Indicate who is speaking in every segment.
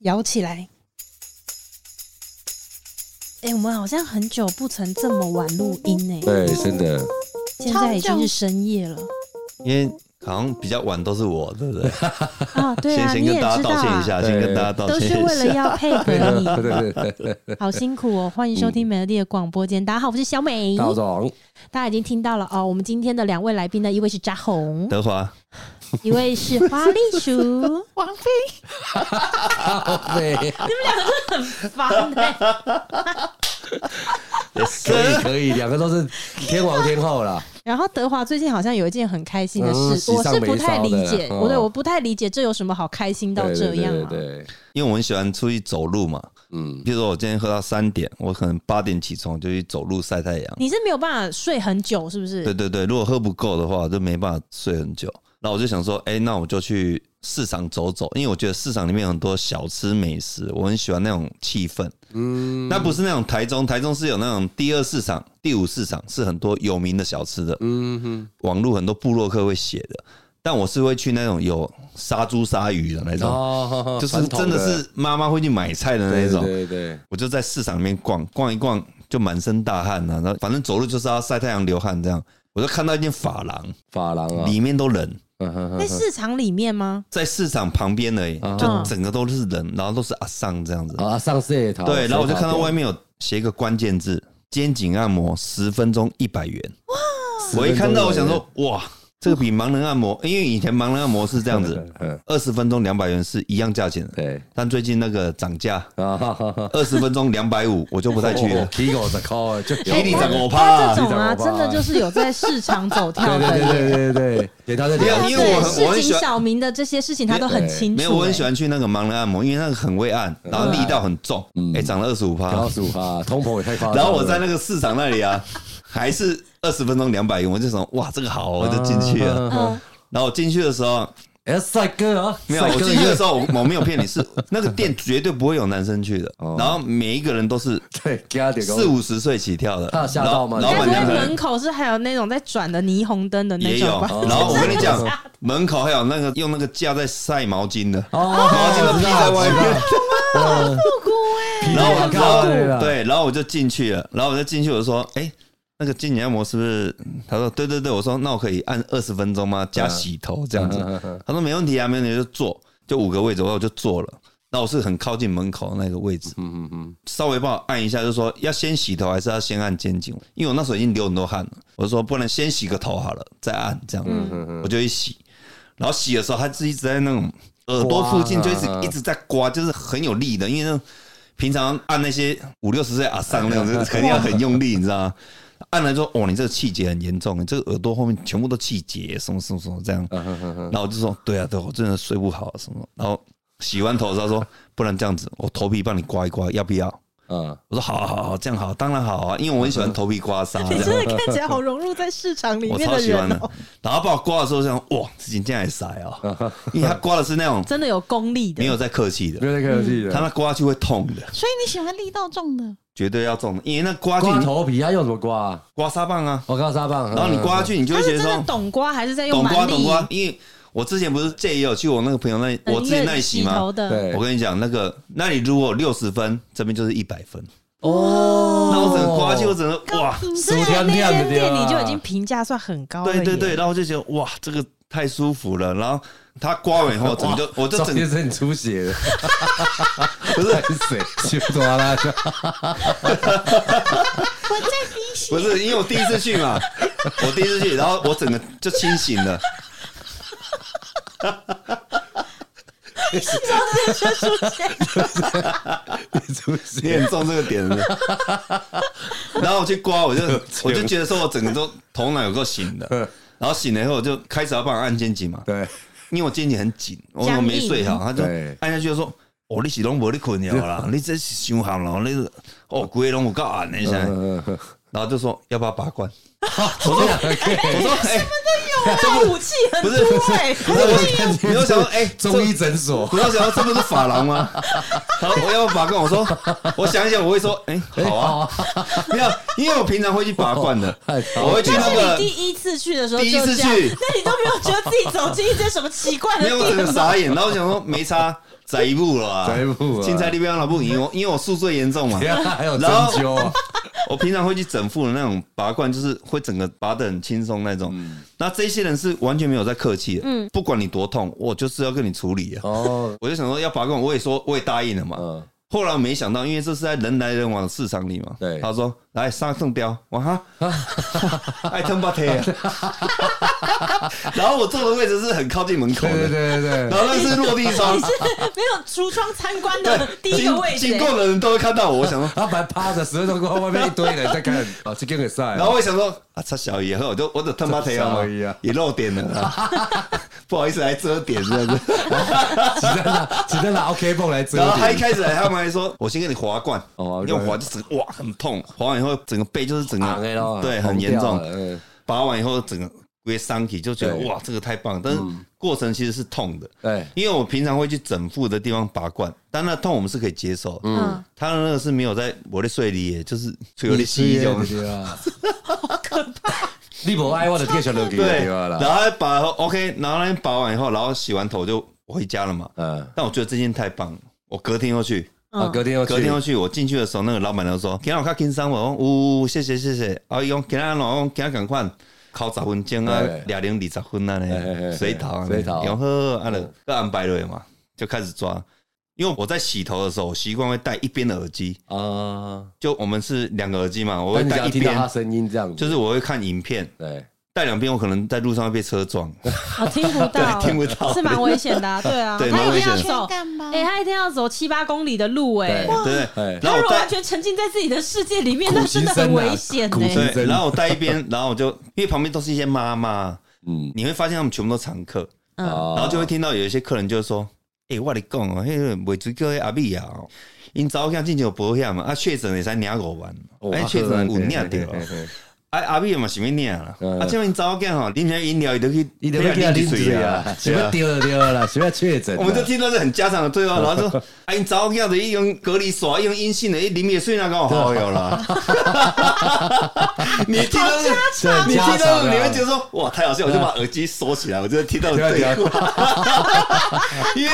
Speaker 1: 摇起来。哎、我们好像很久不曾这么晚录音呢、
Speaker 2: 对，真的，
Speaker 1: 现在已经是深夜了
Speaker 3: 因为好像比较晚都是我， 对不对？
Speaker 1: 啊！对
Speaker 3: 先
Speaker 1: 啊，
Speaker 3: 先
Speaker 1: 你也
Speaker 3: 跟
Speaker 1: 知
Speaker 3: 大家
Speaker 1: 道
Speaker 3: 道歉一
Speaker 1: 啊，
Speaker 3: 下，
Speaker 2: 对
Speaker 3: 先跟大家道
Speaker 1: 都
Speaker 3: 歉
Speaker 1: 是
Speaker 3: 一
Speaker 1: 为了
Speaker 3: 下。
Speaker 1: 要配合
Speaker 2: 对 对
Speaker 1: 你，
Speaker 2: 对对对，
Speaker 1: 好辛苦哦！欢迎收听美乐蒂的广播间，大家好，我是小美，
Speaker 2: 道总，
Speaker 1: 大家已经听到了哦。我们今天的两位来宾呢，一位是扎 红，
Speaker 3: 德华，
Speaker 1: 一位是花栗鼠，
Speaker 2: 哦对，
Speaker 1: 烦欸
Speaker 2: 可以可以，两个都是天王天后啦。
Speaker 1: 然后德华最近好像有一件很开心的
Speaker 2: 嗯
Speaker 1: 事，
Speaker 2: 喜
Speaker 1: 我
Speaker 2: 上
Speaker 1: 是不
Speaker 2: 眉
Speaker 1: 太
Speaker 2: 梢
Speaker 1: 理
Speaker 2: 的
Speaker 1: 解，
Speaker 2: 嗯
Speaker 1: 我对我不太理解这有什么好开心到
Speaker 2: 对
Speaker 1: 这样啊？
Speaker 2: 对对对，对
Speaker 3: 因为我很喜欢出去走路嘛，
Speaker 2: 嗯，
Speaker 3: 比如说我今天喝到三点，我可能八点起床就去走路晒太阳。
Speaker 1: 你是没有办法睡很久，是不是？
Speaker 3: 对对对，如果喝不够的话，就没办法睡很久。那我就想说，哎、那我就去市场走走，因为我觉得市场里面有很多小吃美食，我很喜欢那种气氛。嗯，那不是那种台中，台中是有那种第二市场、第五市场，是很多有名的小吃的。嗯哼，网络很多部落客会写的，但我是会去那种有杀猪杀鱼的那种，
Speaker 2: 哦
Speaker 3: 就是真的是妈妈会去买菜的那
Speaker 2: 那
Speaker 3: 种。
Speaker 2: 种，对对对，
Speaker 3: 我就在市场里面逛逛一逛，就满身大汗啊呐、然后反正走路就是要晒太阳流汗这样。我就看到一间发廊，
Speaker 2: 发廊啊，
Speaker 3: 里面都人，
Speaker 2: 嗯哼哼
Speaker 1: 在市场里面 吗？
Speaker 3: 在市场旁边而已，
Speaker 2: 啊
Speaker 3: 就整个都是人，然后都是阿尚这样子。
Speaker 2: 啊，上色桃，
Speaker 3: 对，然后我就看到外
Speaker 2: 面，
Speaker 3: 面有写一个关键字“肩颈按摩”，十分钟一百元。我一看到，我想说，哇，这个比盲人按摩，因为以前盲人按摩是这样 子，
Speaker 2: 嗯，
Speaker 3: 二十分钟两百元是一样价钱的，
Speaker 2: 对
Speaker 3: 但最近那个涨价，
Speaker 2: 啊，哈哈哈
Speaker 3: 二十分钟两百五，我就不太去了。
Speaker 2: 提狗的哦 call 就提
Speaker 3: 哎你怎么
Speaker 1: 他
Speaker 3: 怕
Speaker 1: 哦这？种啊，真
Speaker 2: 你长得好吧
Speaker 1: 的就是有在市场走跳
Speaker 2: 对
Speaker 1: 的
Speaker 2: 对
Speaker 1: 耶。
Speaker 2: 对对对对，给他在
Speaker 3: 不要
Speaker 1: 他
Speaker 3: 因为我很我
Speaker 1: 对市
Speaker 3: 很喜
Speaker 1: 井
Speaker 3: 欢
Speaker 1: 小民的这些事情，他都很清楚。
Speaker 3: 没有，我很
Speaker 1: 哎
Speaker 3: 喜欢去那个盲人按摩，因为那个很会按，然后力道很重，哎，涨了二十五趴。
Speaker 2: 二十五趴，啊通膨也太夸张了。
Speaker 3: 然后我在那个市场那里啊， 还是二十分钟两百元，我就想哇，这个好，我就进去了。
Speaker 1: 嗯，
Speaker 3: 然后我进去的时候，
Speaker 2: 哎，帅哥啊，
Speaker 3: 没有，我
Speaker 2: 帅哥
Speaker 3: 进去的时候我我没有骗 你，是那个店绝对不会有男生去的，
Speaker 2: 哦
Speaker 3: 然后每一个人都是
Speaker 2: 对，给他点
Speaker 3: 四五十岁起跳的，
Speaker 2: 他有吓
Speaker 3: 然后
Speaker 2: 到吗
Speaker 3: 老
Speaker 1: 该
Speaker 3: 板
Speaker 1: 不会
Speaker 3: 娘可能
Speaker 1: 门口是还有那种在转的霓虹灯的那
Speaker 3: 也
Speaker 1: 种
Speaker 3: 有，
Speaker 1: 吧？
Speaker 3: 然后我跟你讲
Speaker 2: 真的，
Speaker 3: 门口还有那个用那个架在晒毛巾的，
Speaker 2: 哦，毛
Speaker 3: 巾都披在外面
Speaker 2: 面，
Speaker 1: 复古哎，
Speaker 2: 皮
Speaker 3: 然后我
Speaker 2: 很高对
Speaker 1: 啊
Speaker 2: 了，
Speaker 3: 对，然后我就进去了，然后我就进去，我就说，哎、那个经理按摩是不是？他说，对对对，我说那我可以按二十分钟吗？加洗头这样子。
Speaker 2: 嗯嗯嗯嗯
Speaker 3: 他说没问题啊，没问题就坐，就五个位置，然后我就坐了。那我是很靠近门口那个位置，
Speaker 2: 嗯嗯嗯，
Speaker 3: 稍微帮我按一下，就说要先洗头还是要先按肩颈？因为我那时候已经流很多汗了，我就说不然先洗个头好了，再按这样。我就一洗，然后洗的时候，他是一直在那种呃耳朵附近，就一直
Speaker 2: 刮嗯嗯
Speaker 3: 一直在刮，就是很有力的，因为那种平常按那些五六十岁阿上那种，就是肯定要很用力，你知道吗？按了说，哇，你这个气结很严重，你这个耳朵后面全部都气结，什么什么什么这
Speaker 2: 嗯
Speaker 3: 样。然后我就说，对啊，对，我真的睡不好什么。然后洗完头之后说，不然这样子，我头皮帮你刮一刮，要不要？
Speaker 2: 嗯，
Speaker 3: 我说好啊好啊好啊，这样好，当然好啊，因为我很喜欢头皮 刮痧，这
Speaker 1: 你
Speaker 3: 样
Speaker 1: 真的看起来好融入在市场里
Speaker 3: 我
Speaker 1: 面
Speaker 3: 超
Speaker 1: 的
Speaker 3: 喜欢
Speaker 1: 人
Speaker 3: 的
Speaker 1: 哦，。
Speaker 3: 然后把我刮的时候，想哇，自己这样也塞哦，因为他刮的是那种
Speaker 1: 真的有功力的。
Speaker 3: 没有在客气
Speaker 2: 没
Speaker 3: 的，
Speaker 2: 有那个气
Speaker 3: 他
Speaker 2: 的，
Speaker 3: 那刮下去会痛的，
Speaker 4: 所以你喜欢力道重的，
Speaker 3: 绝对要中的，因为那刮下
Speaker 2: 刮
Speaker 3: 去你
Speaker 2: 头皮他用什么刮啊？
Speaker 3: 刮痧棒啊，
Speaker 2: 我刮痧棒，嗯
Speaker 3: 然后你刮下去你就
Speaker 1: 他
Speaker 3: 会觉
Speaker 1: 是
Speaker 3: 得
Speaker 1: 真的
Speaker 3: 说
Speaker 1: 懂刮，嗯还是在用
Speaker 3: 懂刮
Speaker 1: 蛮力？
Speaker 3: 懂刮，因为我之前不是借也有去我那个朋友那里，我之前那里洗
Speaker 1: 呃洗
Speaker 3: 嘛
Speaker 1: 头。的，
Speaker 2: 对，
Speaker 3: 我跟你讲，那个那里如果六十分，这边就是一百分。
Speaker 2: 哦
Speaker 3: 那我整个刮下去，我整个哇，
Speaker 4: 品质
Speaker 2: 薯条
Speaker 1: 那
Speaker 2: 亮
Speaker 1: 间
Speaker 2: 的
Speaker 1: 店你就已经评价算很高了。
Speaker 3: 对对对，，然后我就觉得哇，这个太舒服了。然后他刮完以后，整个就我就整
Speaker 2: 天是你出血了，
Speaker 3: 不是
Speaker 2: 水血怎么了？
Speaker 4: 我在滴血，
Speaker 3: 不是，因为我第一次去嘛，我第一次去，然后我整个就清醒了。
Speaker 2: 你出
Speaker 3: 你
Speaker 2: 血，
Speaker 3: 很重这个点了，然后我去刮，我就我就觉得说我整个都头脑有够醒的，然后醒了以后我就开始要帮我按肩颈嘛，
Speaker 2: 嗯对，
Speaker 3: 因为我肩颈很紧，我
Speaker 1: 僵
Speaker 3: 我
Speaker 1: 硬
Speaker 3: 没睡好，他就
Speaker 2: 对
Speaker 3: 按下去就说。哦，你是拢无你困了啦，你这是伤寒了，你哦，规拢有够暗的现在，
Speaker 2: 嗯
Speaker 3: 然后就说要不要拔罐？
Speaker 2: 我
Speaker 3: 我说哎，
Speaker 1: 这武器很
Speaker 3: 不是
Speaker 1: 多哎。
Speaker 3: 不是我，你又想说哎，这
Speaker 2: 中医诊所
Speaker 3: 我要想要这不是法郎 吗？他说我要拔罐，我说我想一想，我会说，哎、好啊，没有，因为我平常会去拔罐的，
Speaker 2: 哎好
Speaker 3: 我会去那
Speaker 1: 但
Speaker 3: 个
Speaker 1: 是你，第一次去的时候就
Speaker 3: 第一次
Speaker 1: 这样，
Speaker 3: 去
Speaker 1: 那你都没有觉得自己走进一间什么奇怪的
Speaker 3: 没有，我整
Speaker 1: 店吗？
Speaker 3: 个傻眼，然后我想说没差，宰一步了啊，
Speaker 2: 宰一步啊
Speaker 3: 青菜地边老不赢我，因为我宿醉严 重嘛，
Speaker 2: 等一下还有针
Speaker 3: 然后
Speaker 2: 灸啊，
Speaker 3: 我平常会去整腹的那种拔罐，就是会整个拔得很轻松那种。那这些人是完全没有在客气的，
Speaker 5: 嗯
Speaker 3: 不管你多痛，我就是要跟你处理啊。
Speaker 2: 哦，
Speaker 3: 我就想说要拔罐，我也说我也答应了嘛。
Speaker 2: 嗯，
Speaker 3: 后来我没想到，因为这是在人来人往的市场里嘛。
Speaker 2: 对
Speaker 3: 他说来杀圣雕，我 哈，爱吞巴贴。 然后我坐的位置是很靠近门口
Speaker 2: 对对
Speaker 3: 的，
Speaker 2: 对对
Speaker 3: 然
Speaker 2: 对，
Speaker 3: 后那是落地窗
Speaker 1: 你，是没有橱窗参观的
Speaker 3: 对，
Speaker 1: 第一个位
Speaker 3: 经
Speaker 1: 置、
Speaker 3: 经过的人都会看到我。我想说，
Speaker 2: 他本来趴着，十分钟过后外面一堆人在看，啊，这个比赛，
Speaker 3: 然后我想说啊，擦小姨，然后我就我的他妈腿
Speaker 2: 插
Speaker 3: 啊
Speaker 2: 小姨啊，
Speaker 3: 也露点 了啊，不好意思来遮点这样子。
Speaker 2: 只能拿只能拿 OK 泵来遮
Speaker 3: 然后他一
Speaker 2: 蔽，
Speaker 3: 开始来他们还说，我先给你滑罐
Speaker 2: 哦滑，罐
Speaker 3: 用滑就整个哇很痛，滑完以后整个背就是整
Speaker 2: 昂的咯
Speaker 3: 个啊对很严
Speaker 2: 红
Speaker 3: 重
Speaker 2: 掉，了嗯
Speaker 3: 拔完以后整个归伤体就觉得
Speaker 2: 对
Speaker 3: 哇这个太棒了，但是过程其实是痛的。
Speaker 2: 对，
Speaker 3: 因为我平常会去整腹的地方拔罐，但那痛我们是可以接受，嗯
Speaker 4: 嗯，
Speaker 3: 他的那个是没有在我的睡里耶，就是吹有点吸这种，
Speaker 2: 对 啊，好可怕，你不爱我的继续落去就
Speaker 3: 对，
Speaker 2: 对啊
Speaker 3: 然
Speaker 2: 啦，
Speaker 3: 后他拔后 OK，然后那天拔完以后，然后洗完头就回家了嘛。
Speaker 2: 嗯，
Speaker 3: 但我觉得这件太棒了，我隔天又去，
Speaker 2: 啊，隔天又去
Speaker 3: 隔天又去。我进去的时候，那个老板娘说：“给我看轻松哦我说：“呜、谢谢谢谢。”啊，用给他老给他赶快考十分钟啊
Speaker 2: 哎，
Speaker 3: 两零二十分啊
Speaker 2: 哎哎哎
Speaker 3: 呢，水头啊呢
Speaker 2: 水头
Speaker 3: 然后啊了，各安排了嘛，就开始抓。因为我在洗头的时候，我习惯会戴一边的耳机，
Speaker 2: 啊，
Speaker 3: 就我们是两个耳机嘛，我会
Speaker 2: 但你只
Speaker 3: 戴
Speaker 2: 要
Speaker 3: 一
Speaker 2: 听到他
Speaker 3: 边，
Speaker 2: 声音这样子，
Speaker 3: 就是我会看影片，
Speaker 2: 对，
Speaker 3: 戴两边我可能在路上会被车 撞，
Speaker 5: 我听不到，
Speaker 3: 听不到
Speaker 5: 是蛮危险 的啊，对啊，
Speaker 3: 对
Speaker 5: 他
Speaker 3: 蛮
Speaker 5: 一
Speaker 3: 危
Speaker 5: 定
Speaker 3: 险
Speaker 5: 要
Speaker 3: 的
Speaker 5: 走
Speaker 4: 全，干吧？
Speaker 5: 哎，他一定要走七八公里的路，哎
Speaker 2: 对，
Speaker 3: 对不对
Speaker 2: 哎？
Speaker 3: 然
Speaker 1: 他
Speaker 3: 后
Speaker 1: 如
Speaker 3: 我
Speaker 1: 果
Speaker 3: 戴
Speaker 1: 完全沉浸在自己的世界里面，
Speaker 2: 苦
Speaker 1: 那
Speaker 2: 行
Speaker 1: 真的
Speaker 2: 僧
Speaker 1: 很
Speaker 2: 啊
Speaker 1: 危险
Speaker 2: 苦
Speaker 1: 呢、
Speaker 5: 哎
Speaker 2: 行
Speaker 3: 对，
Speaker 2: 真
Speaker 3: 然后我带一边，然后我就因为旁边都是一些妈妈，
Speaker 2: 嗯，
Speaker 3: 你会发现他们全部都常客，
Speaker 5: 嗯，
Speaker 2: 然
Speaker 3: 然后就会听到有一些客人就说：“哎、我跟你讲哦，那个卖水果的阿米啊，哦因早间进有保险嘛，啊确诊会使领五万，
Speaker 2: 哦
Speaker 3: 啊确诊有领着，啊阿米嘛想要领啦，
Speaker 2: 嗯
Speaker 3: 啊这边早间吼，啉些饮料伊就去，
Speaker 2: 你得给他拎水 啊，什
Speaker 3: 对
Speaker 2: 么
Speaker 3: 啊。”
Speaker 2: 丢了丢了啦，什么确诊啊，
Speaker 3: 我们就听到这很家常 的对话，然后说：“哎，你早间的一用隔离刷，用阴性的，一零也睡那搞好友啦。”你听到这，
Speaker 2: 这
Speaker 3: 你
Speaker 2: 家
Speaker 3: 听到
Speaker 2: 常
Speaker 3: 这你
Speaker 2: 啊
Speaker 3: 会觉得说：“哇，太好笑！”我就把耳机收起来，我就 听到对
Speaker 2: 对啊啊对
Speaker 3: 话。 因为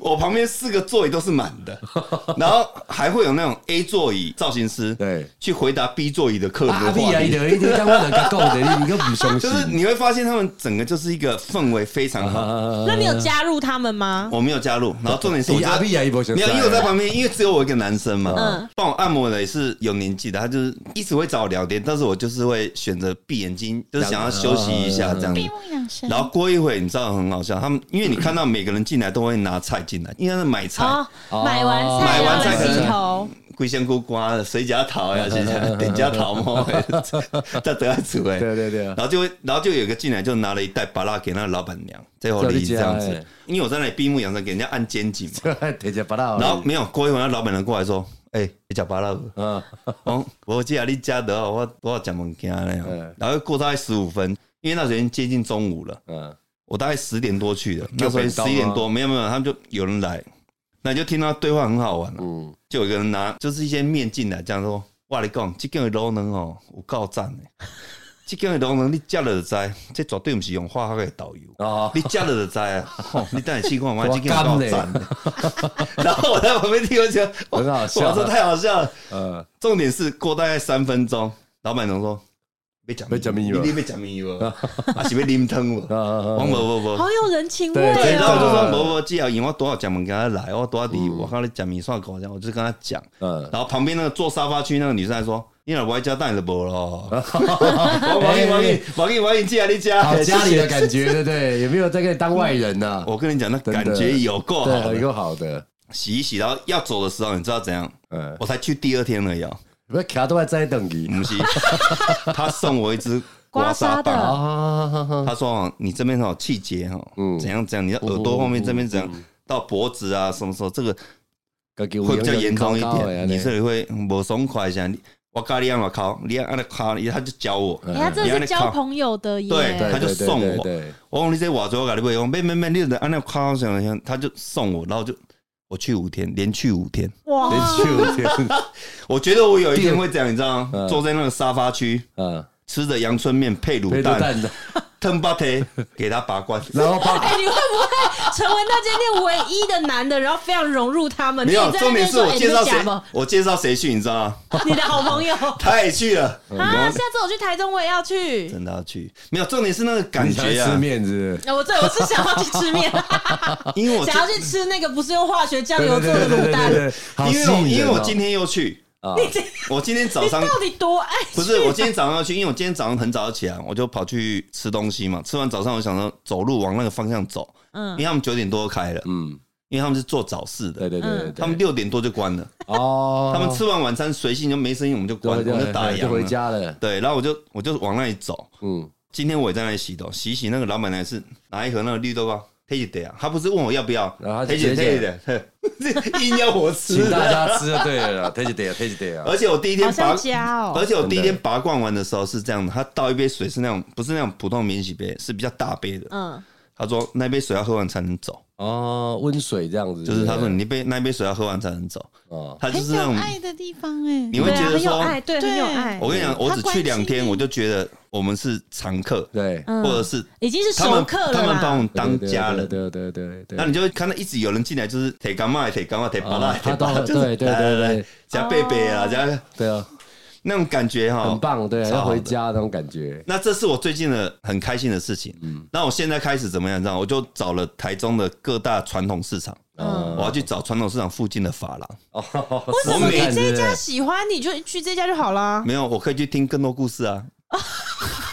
Speaker 3: 我旁边四个座椅都是满 的，然后还会有那种 A 座椅造型师
Speaker 2: 对
Speaker 3: 去回答 B 座椅的客人
Speaker 2: 阿
Speaker 3: 的
Speaker 2: 屁
Speaker 3: 话
Speaker 2: 啊，一
Speaker 3: 题，
Speaker 2: 点一点，刚刚人家讲的，你你都不相
Speaker 3: 就是
Speaker 2: 信。
Speaker 3: 你会发现他们整个就是一个氛围非常
Speaker 2: 啊
Speaker 3: 好。
Speaker 5: 那你有加入他们吗？
Speaker 3: 我没有加入，然后重点是我
Speaker 2: 你
Speaker 3: 觉
Speaker 2: 阿
Speaker 3: 得
Speaker 2: 屁啊，一波
Speaker 3: 没有，因为我在
Speaker 2: 在
Speaker 3: 旁边，因为只有我一个男生嘛
Speaker 5: 嗯，
Speaker 3: 帮我按摩的也是有年纪的，他就是一直会找我聊天，但是我就是会选择闭眼睛，就是想要休息一下这样子
Speaker 4: 闭。目养神。
Speaker 3: 然后过一会，你知道很好笑，他们因为你看到每个人进来都会拿菜进来，因为他是买菜，
Speaker 5: 哦，买完菜
Speaker 3: 买完
Speaker 5: 然后
Speaker 3: 菜可
Speaker 5: 来
Speaker 3: 能
Speaker 5: 洗头，
Speaker 3: 龟仙菇瓜的水饺头呀，是点家头毛的，在得爱煮 哎，
Speaker 2: 对对对啊
Speaker 3: 然后就会，然后就有一个进来就拿了一袋巴拉给那个老板娘，最后离这
Speaker 2: 叫
Speaker 3: 样
Speaker 2: 你吃
Speaker 3: 子
Speaker 2: 哎，
Speaker 3: 因为我在那里闭目养神，给人家按肩颈嘛，
Speaker 2: 提着不到，
Speaker 3: 然后没有过一会儿，那老板娘过来说：“哎、你吃巴拉不？”
Speaker 2: 嗯，
Speaker 3: 哦，我记得你家的哦，我我要讲物件那样
Speaker 2: 嗯，
Speaker 3: 然后过大概十五分，因为那时候已经接近中午了，
Speaker 2: 嗯
Speaker 3: 我大概十点多去的，那时候
Speaker 2: 便当吗
Speaker 3: 十一点多，没有没有，他们就有人来，那你就听到对话很好玩了、
Speaker 2: 嗯，
Speaker 3: 就有一个人拿就是一些面进来，这样说，哇，你讲这间的卤能哦，有够赞的，这间的卤能你吃了就知，这绝对不是用化学的导游。
Speaker 2: 哦，
Speaker 3: 你吃了就知啊！吼你等下去看，我
Speaker 2: 多
Speaker 3: 这间有够
Speaker 2: 甘
Speaker 3: 赞的。 然后我在旁边听，我觉得哇
Speaker 2: 很好笑啊
Speaker 3: 哇这太好笑了。
Speaker 2: 呃，
Speaker 3: 重点是过大概三分钟，老板娘说：“别讲，
Speaker 2: 要吃面
Speaker 3: 你
Speaker 2: 吗
Speaker 3: 你别讲米了， 啊是要啉汤
Speaker 2: 嗯
Speaker 3: 我。” 我
Speaker 2: 王
Speaker 3: 无无无，
Speaker 5: 好有人情
Speaker 2: 对
Speaker 5: 味
Speaker 3: 对，然后我就
Speaker 5: 哦。
Speaker 3: 说无无，只要因为我多少讲物件来，我多少礼物，我看你讲米算搞讲，我就跟他讲。
Speaker 2: 嗯，
Speaker 3: 然后旁边那个坐沙发区那个女生还说：“你老婆家蛋就无咯。”王王毅王毅王毅王毅，寄来你家，
Speaker 2: 好家里的
Speaker 3: 谢谢
Speaker 2: 感觉，对 不对？有没有在给你当外人呐？
Speaker 3: 我跟你讲，那感觉有够
Speaker 2: 对，
Speaker 3: 好
Speaker 2: 很
Speaker 3: 的。
Speaker 2: 够好的，
Speaker 3: 洗一洗，然后要走的时候，你知道怎样？
Speaker 2: 嗯，
Speaker 3: 我才去第二天而已哦，
Speaker 2: 不卡都在在等你
Speaker 3: 不是，他送我一只
Speaker 5: 刮痧
Speaker 3: 棒。
Speaker 5: 的，
Speaker 2: 啊，
Speaker 3: 他说哦，你这边哦气节哦，
Speaker 2: 嗯
Speaker 3: 怎样怎样，你的耳朵后面这边怎样，到脖子啊什么时候，这个会比较严重一点，你这里会不爽快一下。你我咖喱让我靠，你啊按那靠，他就教我，
Speaker 5: 哎，他这是交朋友的耶，
Speaker 3: 嗯对他就送我
Speaker 2: 对，
Speaker 3: 我讲你这瓦桌咖喱不用，没没没，你得按那靠想想，他就送我，然后就我去五天，连去五天，
Speaker 2: 连
Speaker 5: 哇，
Speaker 2: 续五天，
Speaker 3: 我觉得我有一天会这样，你知道吗？
Speaker 2: 嗯
Speaker 3: 哦坐在那个沙发区。
Speaker 2: 嗯，
Speaker 3: 吃着阳春面配卤
Speaker 2: 被
Speaker 3: 蛋，
Speaker 2: 蛋的，
Speaker 3: 腾巴腿给他拔罐，
Speaker 2: 然后把
Speaker 1: 哎、你会不会成为那间店唯一的男的，然后非常融入他们？
Speaker 3: 没有
Speaker 1: 你，在那
Speaker 3: 重点
Speaker 1: 边
Speaker 3: 是
Speaker 1: 说
Speaker 3: 我介绍
Speaker 1: 哎你在
Speaker 3: 谁
Speaker 1: 假吗，
Speaker 3: 我介绍谁去，你知道吗？
Speaker 1: 你的好 朋友啊！
Speaker 3: 他也去了，
Speaker 1: 下次我去台中，我也要去。
Speaker 3: 真的要去。没有，重点是那个感
Speaker 2: 你才
Speaker 3: 觉
Speaker 2: 吃
Speaker 3: 啊，
Speaker 2: 面子，
Speaker 1: 哎，我对我是想要 去吃面，
Speaker 3: 因为我今
Speaker 1: 想要去吃那个不是用化学酱
Speaker 2: 对
Speaker 1: 油
Speaker 2: 对
Speaker 1: 做的
Speaker 2: 对
Speaker 1: 卤
Speaker 2: 对对
Speaker 1: 蛋。
Speaker 2: 对，好
Speaker 3: 因
Speaker 2: 吸
Speaker 3: 为我
Speaker 2: 引
Speaker 3: 因为
Speaker 2: 人
Speaker 3: 我
Speaker 2: 哦
Speaker 3: 今天又去，
Speaker 2: 啊，
Speaker 3: 我今天早
Speaker 1: 你
Speaker 3: 上
Speaker 1: 到底多爱？
Speaker 3: 不是，我今天早上要去，因为我今天早上很早就起来，我就跑去吃东西嘛。吃完早上，我想说走路往那个方向走，嗯，因为他们九点多开了，
Speaker 2: 嗯，
Speaker 3: 因为他们是做早市的，
Speaker 2: 对对对对对，
Speaker 3: 他们六点多就关了，
Speaker 2: 哦，
Speaker 3: 他们吃完晚餐随性就没生意，我们就
Speaker 2: 对
Speaker 3: 关，
Speaker 2: 对
Speaker 3: 我们
Speaker 2: 对
Speaker 3: 就打烊
Speaker 2: 就回
Speaker 3: 了。
Speaker 2: 家了，
Speaker 3: 对，然后我就我就往那里走。
Speaker 2: 嗯，
Speaker 3: 今天我也在那里洗头，洗一洗那个老板娘是拿一盒那个绿豆糕，黑姐得啊，他不是问我要不要，
Speaker 2: 然后他
Speaker 3: 黑
Speaker 2: 就
Speaker 3: 姐
Speaker 2: 直
Speaker 3: 黑
Speaker 2: 接
Speaker 3: 姐 的，硬要我吃
Speaker 2: 请大
Speaker 3: 的。
Speaker 2: 家吃就对了啦 ，take it there，take it there，
Speaker 3: 而且我第一
Speaker 4: 好
Speaker 3: 天拔
Speaker 4: 像，家哦
Speaker 3: 而，且我第一
Speaker 2: 真
Speaker 3: 天
Speaker 2: 的
Speaker 3: 拔罐完的时候是这样的，他倒一杯水是那种不是那种普通免洗杯，是比较大杯的。
Speaker 1: 嗯，
Speaker 3: 他说那杯水要喝完才能走，
Speaker 2: 哦，温水这样子，
Speaker 3: 就是他说你那杯那杯水要喝完才能走，
Speaker 2: 哦，
Speaker 3: 他就
Speaker 4: 很
Speaker 3: 是那
Speaker 4: 有
Speaker 3: 种
Speaker 4: 爱的地方哎
Speaker 3: 你，会
Speaker 1: 对
Speaker 3: 觉
Speaker 1: 啊，
Speaker 3: 得
Speaker 1: 很有
Speaker 3: 说，哦
Speaker 1: 爱，对，
Speaker 4: 对
Speaker 1: 很有爱，
Speaker 3: 我跟你讲，我只去两天我就觉得我们是常客，
Speaker 2: 对，
Speaker 1: 嗯
Speaker 3: 或者是
Speaker 1: 已经是
Speaker 3: 他
Speaker 1: 熟
Speaker 3: 们
Speaker 1: 客
Speaker 3: 他
Speaker 1: 了
Speaker 3: 们把我
Speaker 1: 啦。
Speaker 3: 们当家人。
Speaker 2: 对对对对
Speaker 3: 那
Speaker 2: 对。
Speaker 3: 你就会看到一直有人进来，就是铁干嘛、铁干嘛、铁巴拉、
Speaker 2: 啊
Speaker 3: 铁巴
Speaker 2: 他
Speaker 3: 拉，
Speaker 2: 都
Speaker 3: 就是
Speaker 2: 对对
Speaker 3: 来来
Speaker 2: 对
Speaker 3: 来
Speaker 2: 对
Speaker 3: 加贝贝啊，加
Speaker 2: 对啊，
Speaker 3: 那种感觉哈，
Speaker 2: 很棒，对，
Speaker 3: 超
Speaker 2: 要
Speaker 3: 好的
Speaker 2: 回家那种感觉，
Speaker 3: 那这是我最近的很开心的事情。嗯，那我现在开始怎么样？你知道，我就找了台中的各大传统市场，
Speaker 2: 哦
Speaker 3: 我要去找传统市场附近的发廊。
Speaker 2: 为
Speaker 1: 为什么你这一家
Speaker 2: 家
Speaker 1: 喜欢，你就去这家就好 啦。
Speaker 3: 没有，我可以去听更多故事啊。
Speaker 2: 嗯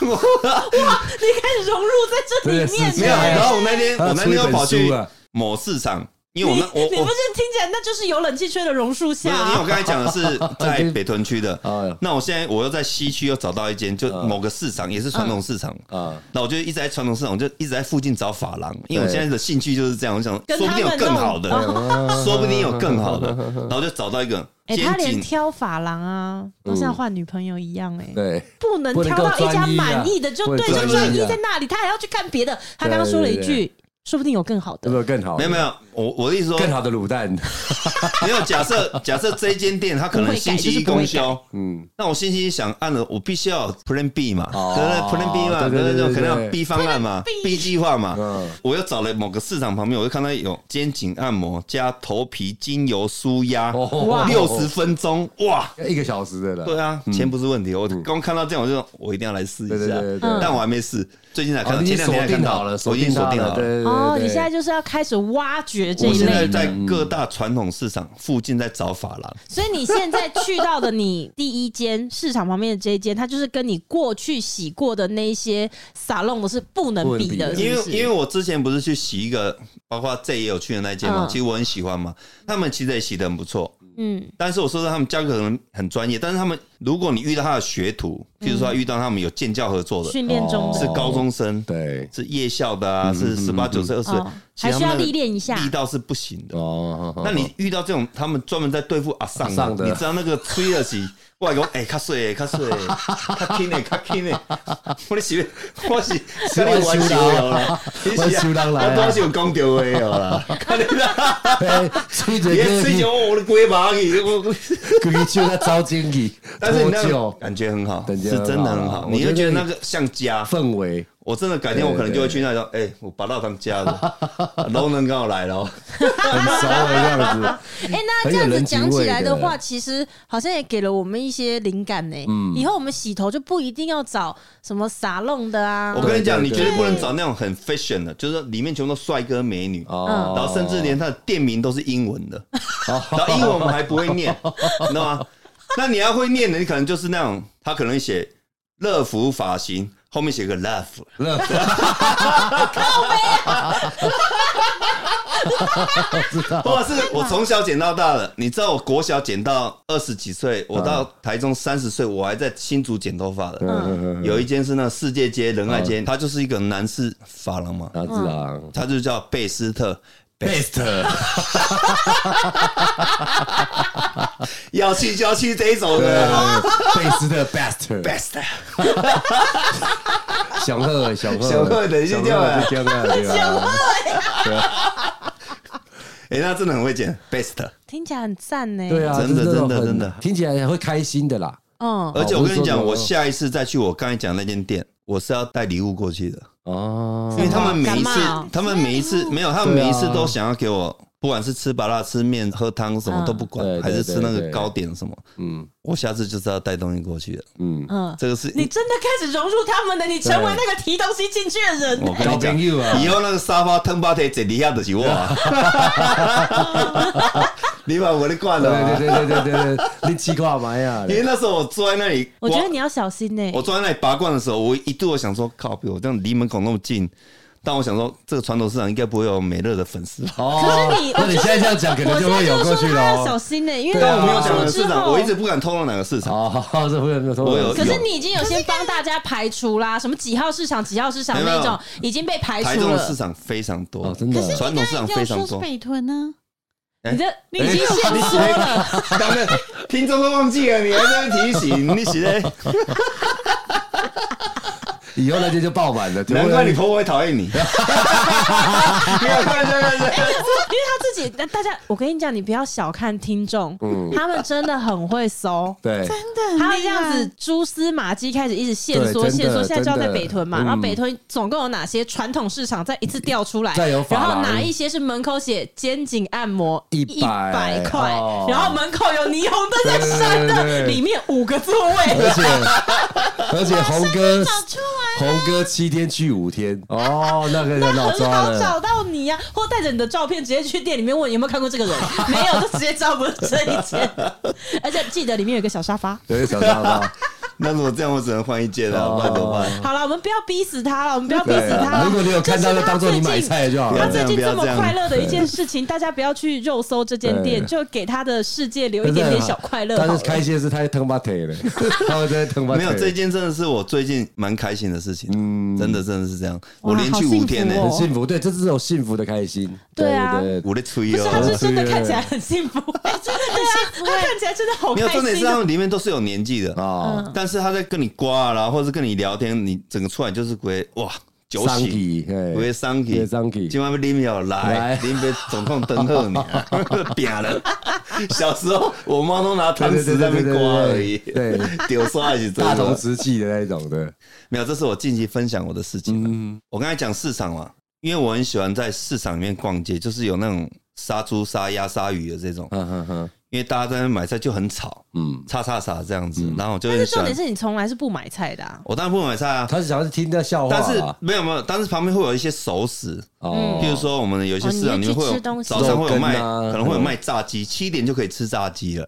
Speaker 1: 你开始融入在这里面了，
Speaker 2: 对
Speaker 3: 没有，然后我那
Speaker 2: 哎
Speaker 3: 天
Speaker 2: 他
Speaker 3: 我
Speaker 2: 要
Speaker 3: 那
Speaker 2: 出
Speaker 3: 天
Speaker 2: 一
Speaker 3: 又
Speaker 2: 本
Speaker 3: 跑去
Speaker 2: 书啊了，
Speaker 3: 某市场，因为我
Speaker 1: 你
Speaker 3: 那我
Speaker 1: 你
Speaker 3: 我
Speaker 1: 不是听起来那就是有冷气吹的榕树
Speaker 3: 没
Speaker 1: 下
Speaker 3: 有，因为
Speaker 1: 啊、
Speaker 3: 我刚才讲的是 在北屯区的。
Speaker 2: 哎呦
Speaker 3: 那我现在我又在西区又找到一间，就
Speaker 2: 哦
Speaker 3: 某个市场也是传统市场。
Speaker 2: 啊，
Speaker 3: 那我就一直在传统市场，我就一直在附近找发廊，因为我
Speaker 2: 对
Speaker 3: 现在的兴趣就是这样。我想
Speaker 1: 跟
Speaker 3: 说不
Speaker 1: 他
Speaker 3: 定有
Speaker 1: 们
Speaker 3: 更
Speaker 1: 弄
Speaker 3: 好的， 说不定有更好的，然后就找到一个
Speaker 5: 哎、
Speaker 3: 肩
Speaker 5: 他连
Speaker 3: 颈
Speaker 5: 挑发廊啊，都像换女朋友一样哎、
Speaker 2: 对，
Speaker 1: 不能挑到一家满意的就
Speaker 2: 不能
Speaker 1: 对，
Speaker 2: 够专一啊
Speaker 1: 就专一在那里，他还要去看别的。他刚刚说了一
Speaker 2: 对对
Speaker 1: 句，说不定有更好
Speaker 2: 有
Speaker 1: 的
Speaker 2: 没。有更好？
Speaker 3: 没有没，有，我我的意思说，
Speaker 2: 更好的卤蛋，
Speaker 3: 没有 假设假设这一间店它可能星期一公休，
Speaker 2: 嗯，
Speaker 3: 那我星期一想按了，我必须要有 Plan B 嘛，
Speaker 2: 哦
Speaker 3: 对不对？Plan B 嘛，
Speaker 2: 对
Speaker 3: 对
Speaker 2: 对对
Speaker 3: 对，
Speaker 2: 对
Speaker 3: 可能有
Speaker 2: 对
Speaker 3: B 方案嘛，B 计划嘛
Speaker 2: 嗯。
Speaker 3: 我又找了某个市场旁边，我就看到有肩颈按摩加头皮精油舒压
Speaker 2: 哇，
Speaker 3: 六十分钟，哇！
Speaker 2: 一个小时的了，
Speaker 3: 对啊，钱不是问题。我刚看到这样，我就说我一定要来试一
Speaker 2: 嗯对对
Speaker 3: 下
Speaker 2: 对对，对
Speaker 3: 但我还没试，最近才看
Speaker 2: 哦，
Speaker 3: 到，
Speaker 2: 你已
Speaker 3: 前
Speaker 2: 经锁
Speaker 3: 两天才看
Speaker 2: 定
Speaker 3: 到
Speaker 2: 好了，锁
Speaker 3: 我已经
Speaker 2: 定
Speaker 3: 锁
Speaker 2: 它
Speaker 3: 定
Speaker 2: 了，
Speaker 3: 好了。
Speaker 2: 对对对，
Speaker 1: 哦，
Speaker 2: 对
Speaker 1: 你现在就是要开始挖掘这
Speaker 3: 我
Speaker 1: 一
Speaker 3: 现在
Speaker 1: 类
Speaker 3: 在
Speaker 1: 的，
Speaker 2: 嗯
Speaker 3: 各大传统市场附近在找发廊，
Speaker 1: 所以你现在去到的你第一间市场旁边的这一间，它就是跟你过去洗过的那一些撒弄的是不能比的，
Speaker 2: 不能比的
Speaker 3: 因
Speaker 1: 是
Speaker 3: 为
Speaker 1: 不是
Speaker 3: 因为我之前不是去洗一个，包括 Z 也有去的那一间嘛，
Speaker 1: 嗯
Speaker 3: 其实我很喜欢嘛，他们其实也洗的很不错。
Speaker 1: 嗯，
Speaker 3: 但是我说的他们价格可能很专业，但是他们如果你遇到他的学徒，譬如说他遇到他们有建教合作的，
Speaker 1: 嗯训练中
Speaker 2: 哦
Speaker 3: 是高中生，
Speaker 2: 对，嗯
Speaker 3: 是夜校的啊，是十八九岁、二十岁
Speaker 1: 哦，
Speaker 3: 其实
Speaker 1: 还
Speaker 3: 他们
Speaker 1: 需要
Speaker 3: 那个
Speaker 1: 历练一下
Speaker 3: 力道是不行的。
Speaker 2: 哦，好
Speaker 3: 那你遇到这种他们专门在对付阿尚
Speaker 2: 阿尚的
Speaker 3: 你知道那个吹 得起外国哎，卡水卡水，卡轻的卡轻的，我的是我是跟你玩笑啦，你
Speaker 2: 我
Speaker 3: 是
Speaker 2: 收人来
Speaker 3: 我
Speaker 2: 啊
Speaker 3: 当时有讲到的哦啦， 看你啦，
Speaker 2: 嘿吹着
Speaker 3: 你
Speaker 2: 歌，
Speaker 3: 吹上我的龟毛去，我我
Speaker 2: 鬼叫他招经理，
Speaker 3: 但是你
Speaker 2: 脱
Speaker 3: 那个
Speaker 2: 臼
Speaker 3: 感觉很好，
Speaker 2: 感
Speaker 3: 是
Speaker 2: 觉
Speaker 3: 真的很
Speaker 2: 很
Speaker 3: 好
Speaker 2: 好，
Speaker 3: 你
Speaker 2: 我觉
Speaker 3: 会觉
Speaker 2: 得
Speaker 3: 得那
Speaker 2: 你
Speaker 3: 个像家。
Speaker 2: 氛围，
Speaker 3: 我真的改天我可能就会去那里说，哎，我把到当家 了，龙能跟我来了哦。
Speaker 2: 很熟的样子，
Speaker 5: 哎、那这
Speaker 2: 很有
Speaker 5: 样子
Speaker 2: 人
Speaker 5: 讲
Speaker 2: 情
Speaker 5: 起
Speaker 2: 味
Speaker 5: 来的
Speaker 2: 的
Speaker 5: 话，其实好像也给了我们一些灵感呢、以后我们洗头就不一定要找什么撒弄的啊
Speaker 3: 我，跟你 讲，
Speaker 2: 对
Speaker 3: 你
Speaker 2: 对
Speaker 3: 绝对
Speaker 2: 对
Speaker 3: 不能找那种很 fashion 的，就是里面全部都帅哥美女，
Speaker 2: 哦
Speaker 3: 然后甚至连他的店名都是英 文的，然后英文我们还不会念， 你知道吗？那你要会念的，你可能就是那种他可能写乐福发型，后面写个 love，或者是我从小剪到大的，你知道我国小剪到二十几岁，我到台中三十岁，我还在新竹剪头发的。
Speaker 2: 嗯，
Speaker 3: 有一间是那世界街仁爱街，它就是一个男士发廊嘛，
Speaker 2: 然后知道。
Speaker 3: 它就叫贝斯特。
Speaker 2: best
Speaker 3: 要去就要去这一种的
Speaker 2: 贝斯的 best
Speaker 3: best。
Speaker 2: 小贺小贺
Speaker 3: 小贺等一下掉了
Speaker 2: 小贺就掉了
Speaker 3: 哎、那真的很会剪 best。
Speaker 5: 听起来很赞呢、
Speaker 2: 对啊，
Speaker 3: 真的
Speaker 2: 就是那种
Speaker 3: 真的
Speaker 2: 很
Speaker 3: 真的
Speaker 2: 听起来会开心的啦。
Speaker 5: 嗯，
Speaker 3: 而且我跟你讲，
Speaker 2: 哦不是说什么
Speaker 3: 我下一次再去我刚才讲那间店，我是要带礼物过去的。
Speaker 2: 哦
Speaker 3: 因为他们每
Speaker 5: 干
Speaker 3: 一
Speaker 5: 嘛
Speaker 3: 次
Speaker 5: 哦，
Speaker 3: 他们每一次没有，他们
Speaker 2: 对啊
Speaker 3: 每一次都想要给我，不管是吃麻辣、吃面、喝汤，什么
Speaker 5: 嗯
Speaker 3: 都不管
Speaker 2: 啊对，对
Speaker 3: 还是吃那
Speaker 2: 对
Speaker 3: 个
Speaker 2: 对
Speaker 3: 糕点什么，
Speaker 2: 嗯
Speaker 3: 我下次就是要带东西过去的。
Speaker 2: 嗯，
Speaker 5: 嗯，
Speaker 3: 这 个是
Speaker 1: 你真的开始融入他们的，你成为那个提东西进去的人。
Speaker 3: 我跟
Speaker 2: 交
Speaker 3: 你讲
Speaker 2: 朋，友啊，
Speaker 3: 以后那个沙发腾巴腿坐底下 的是我啊，你把我的挂了啊。
Speaker 2: 对对对对对对对，你吃看买啊，
Speaker 3: 因为那时候我坐在那里，
Speaker 5: 我觉得
Speaker 3: 哇
Speaker 5: 你要小心呢、
Speaker 3: 我坐在那里拔罐的时候，我一度我想说，靠，我这样离门口那么近，但我想说，这个传统市场应该不会有美乐的粉丝吧？
Speaker 2: 哦
Speaker 5: 可是你
Speaker 2: 那你现在这样讲，可能
Speaker 5: 我
Speaker 2: 就
Speaker 5: 现在
Speaker 2: 会有
Speaker 5: 就
Speaker 2: 过
Speaker 5: 说
Speaker 2: 去
Speaker 5: 他要小
Speaker 2: 了。
Speaker 5: 心呢、因为
Speaker 2: 对啊
Speaker 3: 但我没有
Speaker 1: 哦
Speaker 3: 讲哪
Speaker 5: 我
Speaker 3: 个
Speaker 5: 之
Speaker 3: 市场，
Speaker 5: 后，
Speaker 3: 我一直不敢透露哪个市场。
Speaker 2: 哦，这会有没有偷偷
Speaker 3: 我有
Speaker 1: 可是你已经有先帮大家排除啦，什么几号市场、几号市场
Speaker 3: 没有
Speaker 1: 那种已经被排
Speaker 3: 台
Speaker 1: 除
Speaker 3: 中的市
Speaker 1: 了。
Speaker 3: 场非常多，
Speaker 2: 哦真的可是你
Speaker 3: 传统市场非常
Speaker 4: 说是
Speaker 3: 多。
Speaker 4: 北屯呢、
Speaker 1: 你这你已经先说了，
Speaker 3: 当然，听众都忘记了，你还在那边提醒，你写 的，
Speaker 2: 以后那些就爆满了，
Speaker 3: 难怪你婆婆会讨厌你。 没有开玩笑，开玩笑。
Speaker 1: 因为他自己，那大家，我跟你讲，你不要小看听众，
Speaker 2: 嗯
Speaker 1: 他们真的很会搜。
Speaker 2: 对
Speaker 4: 真 的很
Speaker 1: 他会这
Speaker 4: 厉害
Speaker 1: 样子，蛛丝马迹开始一直线索
Speaker 2: 对真的
Speaker 1: 线索，现在就要在
Speaker 2: 真的
Speaker 1: 北屯嘛，
Speaker 2: 嗯
Speaker 1: 然后北屯总共有哪些传统市场再一次调出来，
Speaker 2: 再有
Speaker 1: 然
Speaker 2: 法
Speaker 1: 后
Speaker 2: 郎
Speaker 1: 哪一些是门口写肩颈按摩
Speaker 2: 100
Speaker 1: 百块
Speaker 2: 哦，
Speaker 1: 然后门口有霓虹灯在闪
Speaker 2: 对对对
Speaker 1: 的，
Speaker 2: 对
Speaker 1: 里面五个座位，
Speaker 2: 而且而且红哥
Speaker 4: 出来
Speaker 2: 红哥七天去五天，哦，那个人
Speaker 1: 很
Speaker 2: 好抓
Speaker 1: 好
Speaker 2: 了。
Speaker 1: 找到你呀、或带着你的照片直接去店里面问有没有看过这个 人，没有就直接照不这一间，而且记得里面有一个小沙发。
Speaker 2: 有点小啊沙发，
Speaker 3: 那如果这样，我只能换一件了，
Speaker 2: 哦
Speaker 3: 不然怎么办？
Speaker 1: 好了，我们不要逼死他了，我们不要逼
Speaker 2: 对啊
Speaker 1: 死他。
Speaker 2: 如果你有看到，
Speaker 1: 这
Speaker 2: 就是当做你买菜就好
Speaker 1: 他
Speaker 2: 了。
Speaker 1: 最近
Speaker 3: 不要
Speaker 1: 这
Speaker 3: 这样
Speaker 1: 么
Speaker 3: 不要这样
Speaker 1: 快乐的一件事情，大家不要去肉搜这间店，
Speaker 2: 对
Speaker 1: 就给他的世界留一点点小快乐好了。
Speaker 2: 但是开心的是 他在疼把腿了，他们在疼把
Speaker 3: 没
Speaker 2: 腿。
Speaker 3: 有，这件真的是我最近蛮开心的事情，
Speaker 2: 嗯
Speaker 3: 真的真的是这样，
Speaker 1: 哇
Speaker 3: 我连
Speaker 1: 好
Speaker 3: 续
Speaker 1: 幸
Speaker 3: 五天呢
Speaker 1: 福，哦
Speaker 2: 很幸福，对，这是种幸福的开心。
Speaker 1: 对啊
Speaker 2: 对对
Speaker 3: 我的吹
Speaker 1: 不是，他是
Speaker 3: 哦。
Speaker 1: 真的看起来很幸 福，
Speaker 2: 哎
Speaker 1: 真的 是他看起来真的好
Speaker 3: 没有，
Speaker 1: 开
Speaker 3: 重点是
Speaker 1: 心
Speaker 3: 他
Speaker 1: 哦。
Speaker 3: 们里面都是有年纪
Speaker 1: 嗯
Speaker 3: 的，哦
Speaker 2: 啊，
Speaker 3: 但是他在跟你刮啊，然后或者是跟你聊天，你整个出来就是鬼哇，酒
Speaker 2: 伤
Speaker 3: 醒。
Speaker 2: 体，
Speaker 3: 我会生气，
Speaker 2: 会生气
Speaker 3: 今晚要啉了来
Speaker 2: 来，
Speaker 3: 啉杯总统登贺 你，扁了。小时候我妈都拿汤匙在那边刮而已，
Speaker 2: 对对对对对
Speaker 3: 丢刷也是真的
Speaker 2: 大同直气的那一种的。
Speaker 3: 没有，这是我近期分享我的事情了。
Speaker 2: 嗯，
Speaker 3: 我刚才讲市场嘛，因为我很喜欢在市场里面逛街，就是有那种杀猪、杀鸭、杀鱼的这种，
Speaker 2: 哼哼哼，
Speaker 3: 因为大家在那边买菜就很吵，
Speaker 2: 嗯，
Speaker 3: 叉叉叉这样子，然后我就
Speaker 1: 但是
Speaker 3: 很喜
Speaker 1: 重
Speaker 3: 欢
Speaker 1: 点。是你从来是不买菜的、啊，
Speaker 3: 我当然不买菜啊，
Speaker 2: 他是想要听他笑话啊哦
Speaker 3: 但是
Speaker 2: 啦，
Speaker 3: 没有没有，但是旁边会有一些熟食，
Speaker 1: 嗯
Speaker 2: 哦
Speaker 3: 譬如说，我们有一些市
Speaker 1: 哦
Speaker 3: 场
Speaker 1: 你会
Speaker 3: 里面
Speaker 1: 去
Speaker 3: 会有
Speaker 1: 吃东西
Speaker 3: 早上会有卖，
Speaker 2: 肉羹啊
Speaker 3: 可能会有卖炸鸡，七点就可以吃炸鸡了，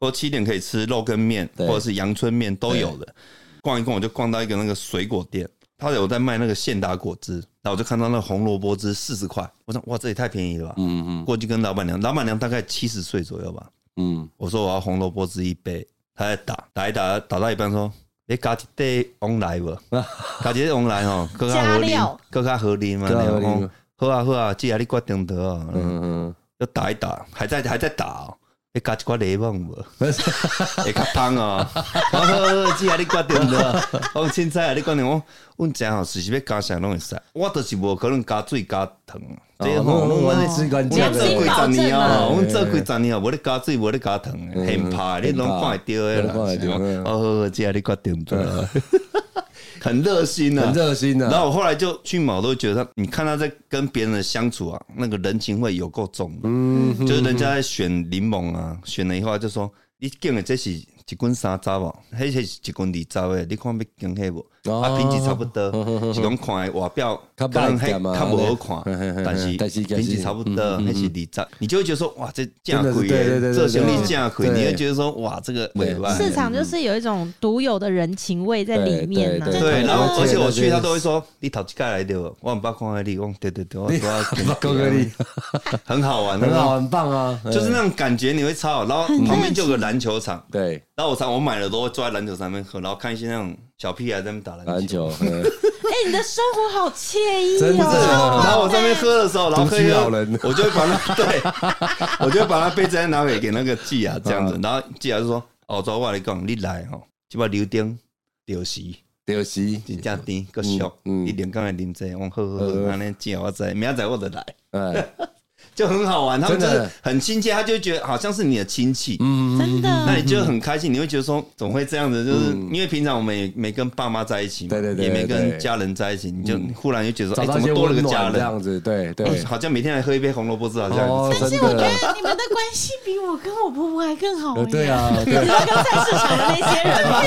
Speaker 3: 或七点可以吃肉羹面或
Speaker 2: 对
Speaker 3: 者是阳春面都有的。逛一逛，我就逛到一个那个水果店，他有在卖那个现打果汁，然后我就看到那个红萝卜汁四十块，我说哇，这也太便宜了吧！
Speaker 2: 嗯嗯
Speaker 3: 过去跟老板娘，老板娘大概七十岁左右吧，
Speaker 2: 嗯，
Speaker 3: 我说我要红萝卜汁一杯，他在打打一打打到一半说。你加一袋往来无？ 加一袋往来吼，更加合
Speaker 1: 加
Speaker 3: 理
Speaker 1: 料，
Speaker 3: 更加合理嘛？
Speaker 2: 更加合
Speaker 3: 然
Speaker 2: 理
Speaker 3: 后好啊好啊，既然你决定得啊，嗯，
Speaker 2: 嗯嗯，
Speaker 3: 要打一打，还在还在打、哦，你加一寡柠檬无？会较芳哦。我说好好，姐啊，你决定了。我讲凊彩啊，你决定我，阮正好随时要加啥拢会使，我就是无可能加水加糖。这个吼，
Speaker 2: 我
Speaker 3: 我
Speaker 2: 们
Speaker 3: 我
Speaker 2: 吃干净
Speaker 3: 阮
Speaker 1: 良心
Speaker 3: 做几
Speaker 1: 保
Speaker 3: 十
Speaker 1: 证
Speaker 3: 年
Speaker 1: 啊
Speaker 3: 哦，阮做几十年哦，无咧加水，无咧加糖的，很怕，你拢看会到的啦
Speaker 2: 看会。到
Speaker 3: 是吧
Speaker 2: 嗯
Speaker 3: 哦，好好，姐啊，你决定了。很热心啊，
Speaker 2: 很热心
Speaker 3: 然
Speaker 2: 的。
Speaker 3: 后我后来就去某都觉得他，你看他在跟别人的相处啊，那个人情味有够重的。
Speaker 2: 嗯，
Speaker 3: 就是人家在选柠檬啊，选了以后就说，你拣的这是一斤三十哦，迄是一斤二十的，你看要拣迄无？
Speaker 2: 哦
Speaker 3: 啊，品质差不 多，是讲看的外表
Speaker 2: 较
Speaker 3: 可能
Speaker 2: 歹一点嘛
Speaker 3: 较无好
Speaker 2: 嘿嘿嘿
Speaker 3: 看
Speaker 2: 嘿，
Speaker 3: 但是
Speaker 2: 但是嗯
Speaker 3: 品质差不多，迄是二十，你就会觉得说，哇，这
Speaker 2: 真
Speaker 3: 价
Speaker 2: 的是
Speaker 3: 贵
Speaker 2: 对对对
Speaker 3: 耶，
Speaker 2: 对
Speaker 3: 这兄弟
Speaker 2: 对
Speaker 3: 价贵，
Speaker 2: 对
Speaker 3: 你会觉得说，哇，这个
Speaker 2: 对
Speaker 3: 尾巴。
Speaker 1: 市场就是有一种独有的人情味在里面呢、啊
Speaker 2: 对
Speaker 3: 对，然后
Speaker 2: 对
Speaker 3: 而且我
Speaker 2: 对
Speaker 3: 去，
Speaker 2: 对
Speaker 3: 他都会说你头几届来的，我很八看爱你，我说对对对，我说我
Speaker 2: 哥哥你
Speaker 3: 很好 玩，
Speaker 2: 很好，，很棒啊，
Speaker 3: 就是那种感觉你会超好。然后旁边就有个篮球场，
Speaker 2: 对
Speaker 3: 然后我常我买了都会坐在篮球上面喝，然后看一些那种小屁孩在那边打篮
Speaker 2: 篮
Speaker 3: 球。
Speaker 2: 球，
Speaker 1: 哎、你的生活好惬意
Speaker 2: 真
Speaker 3: 不是，
Speaker 2: 的
Speaker 1: 哦！
Speaker 3: 然后我在那边喝的 时候，然后喝一
Speaker 2: 独居
Speaker 3: 喝
Speaker 2: 老人
Speaker 3: 我就会把那 对，我就会把那杯子再拿给给那个季雅这样
Speaker 2: 啊
Speaker 3: 子，然后季雅就说：“哦，昨晚你讲你来吼，就把留点留席。”
Speaker 2: 丢 席，
Speaker 3: 真正甜，够俗，
Speaker 2: 嗯嗯
Speaker 3: 你连讲来啉这，我好好
Speaker 2: 好
Speaker 3: 好，安尼食我知，明仔载我就来，
Speaker 2: 哎，
Speaker 3: 就很好玩，他们就
Speaker 2: 真的
Speaker 3: 是很亲切，他就觉得好像是你的亲戚，
Speaker 2: 嗯
Speaker 4: 真
Speaker 3: 那
Speaker 4: 的
Speaker 3: 你就很开心，你会觉得说怎么会这样子？就是因为平常我们也没跟爸妈在一起嘛，
Speaker 2: 嗯对对对
Speaker 3: 也没
Speaker 2: 对
Speaker 3: 跟
Speaker 2: 对
Speaker 3: 家人在一起，你就忽然就觉得说，
Speaker 2: 找
Speaker 3: 哎，
Speaker 2: 到
Speaker 3: 怎
Speaker 2: 一些
Speaker 3: 么多了
Speaker 2: 温暖
Speaker 3: 个家
Speaker 2: 这
Speaker 3: 人？
Speaker 2: 样子，对
Speaker 3: 哎
Speaker 2: 对。
Speaker 3: 好像每天来喝一杯红萝卜汁，好像
Speaker 2: 哦，
Speaker 4: 但
Speaker 2: 真
Speaker 4: 是我觉
Speaker 2: 的，
Speaker 4: 得你们的关系比我跟我婆婆还更好
Speaker 2: 呃
Speaker 4: 哎。
Speaker 2: 对啊，对啊，
Speaker 1: 跟菜市场的那些人吗？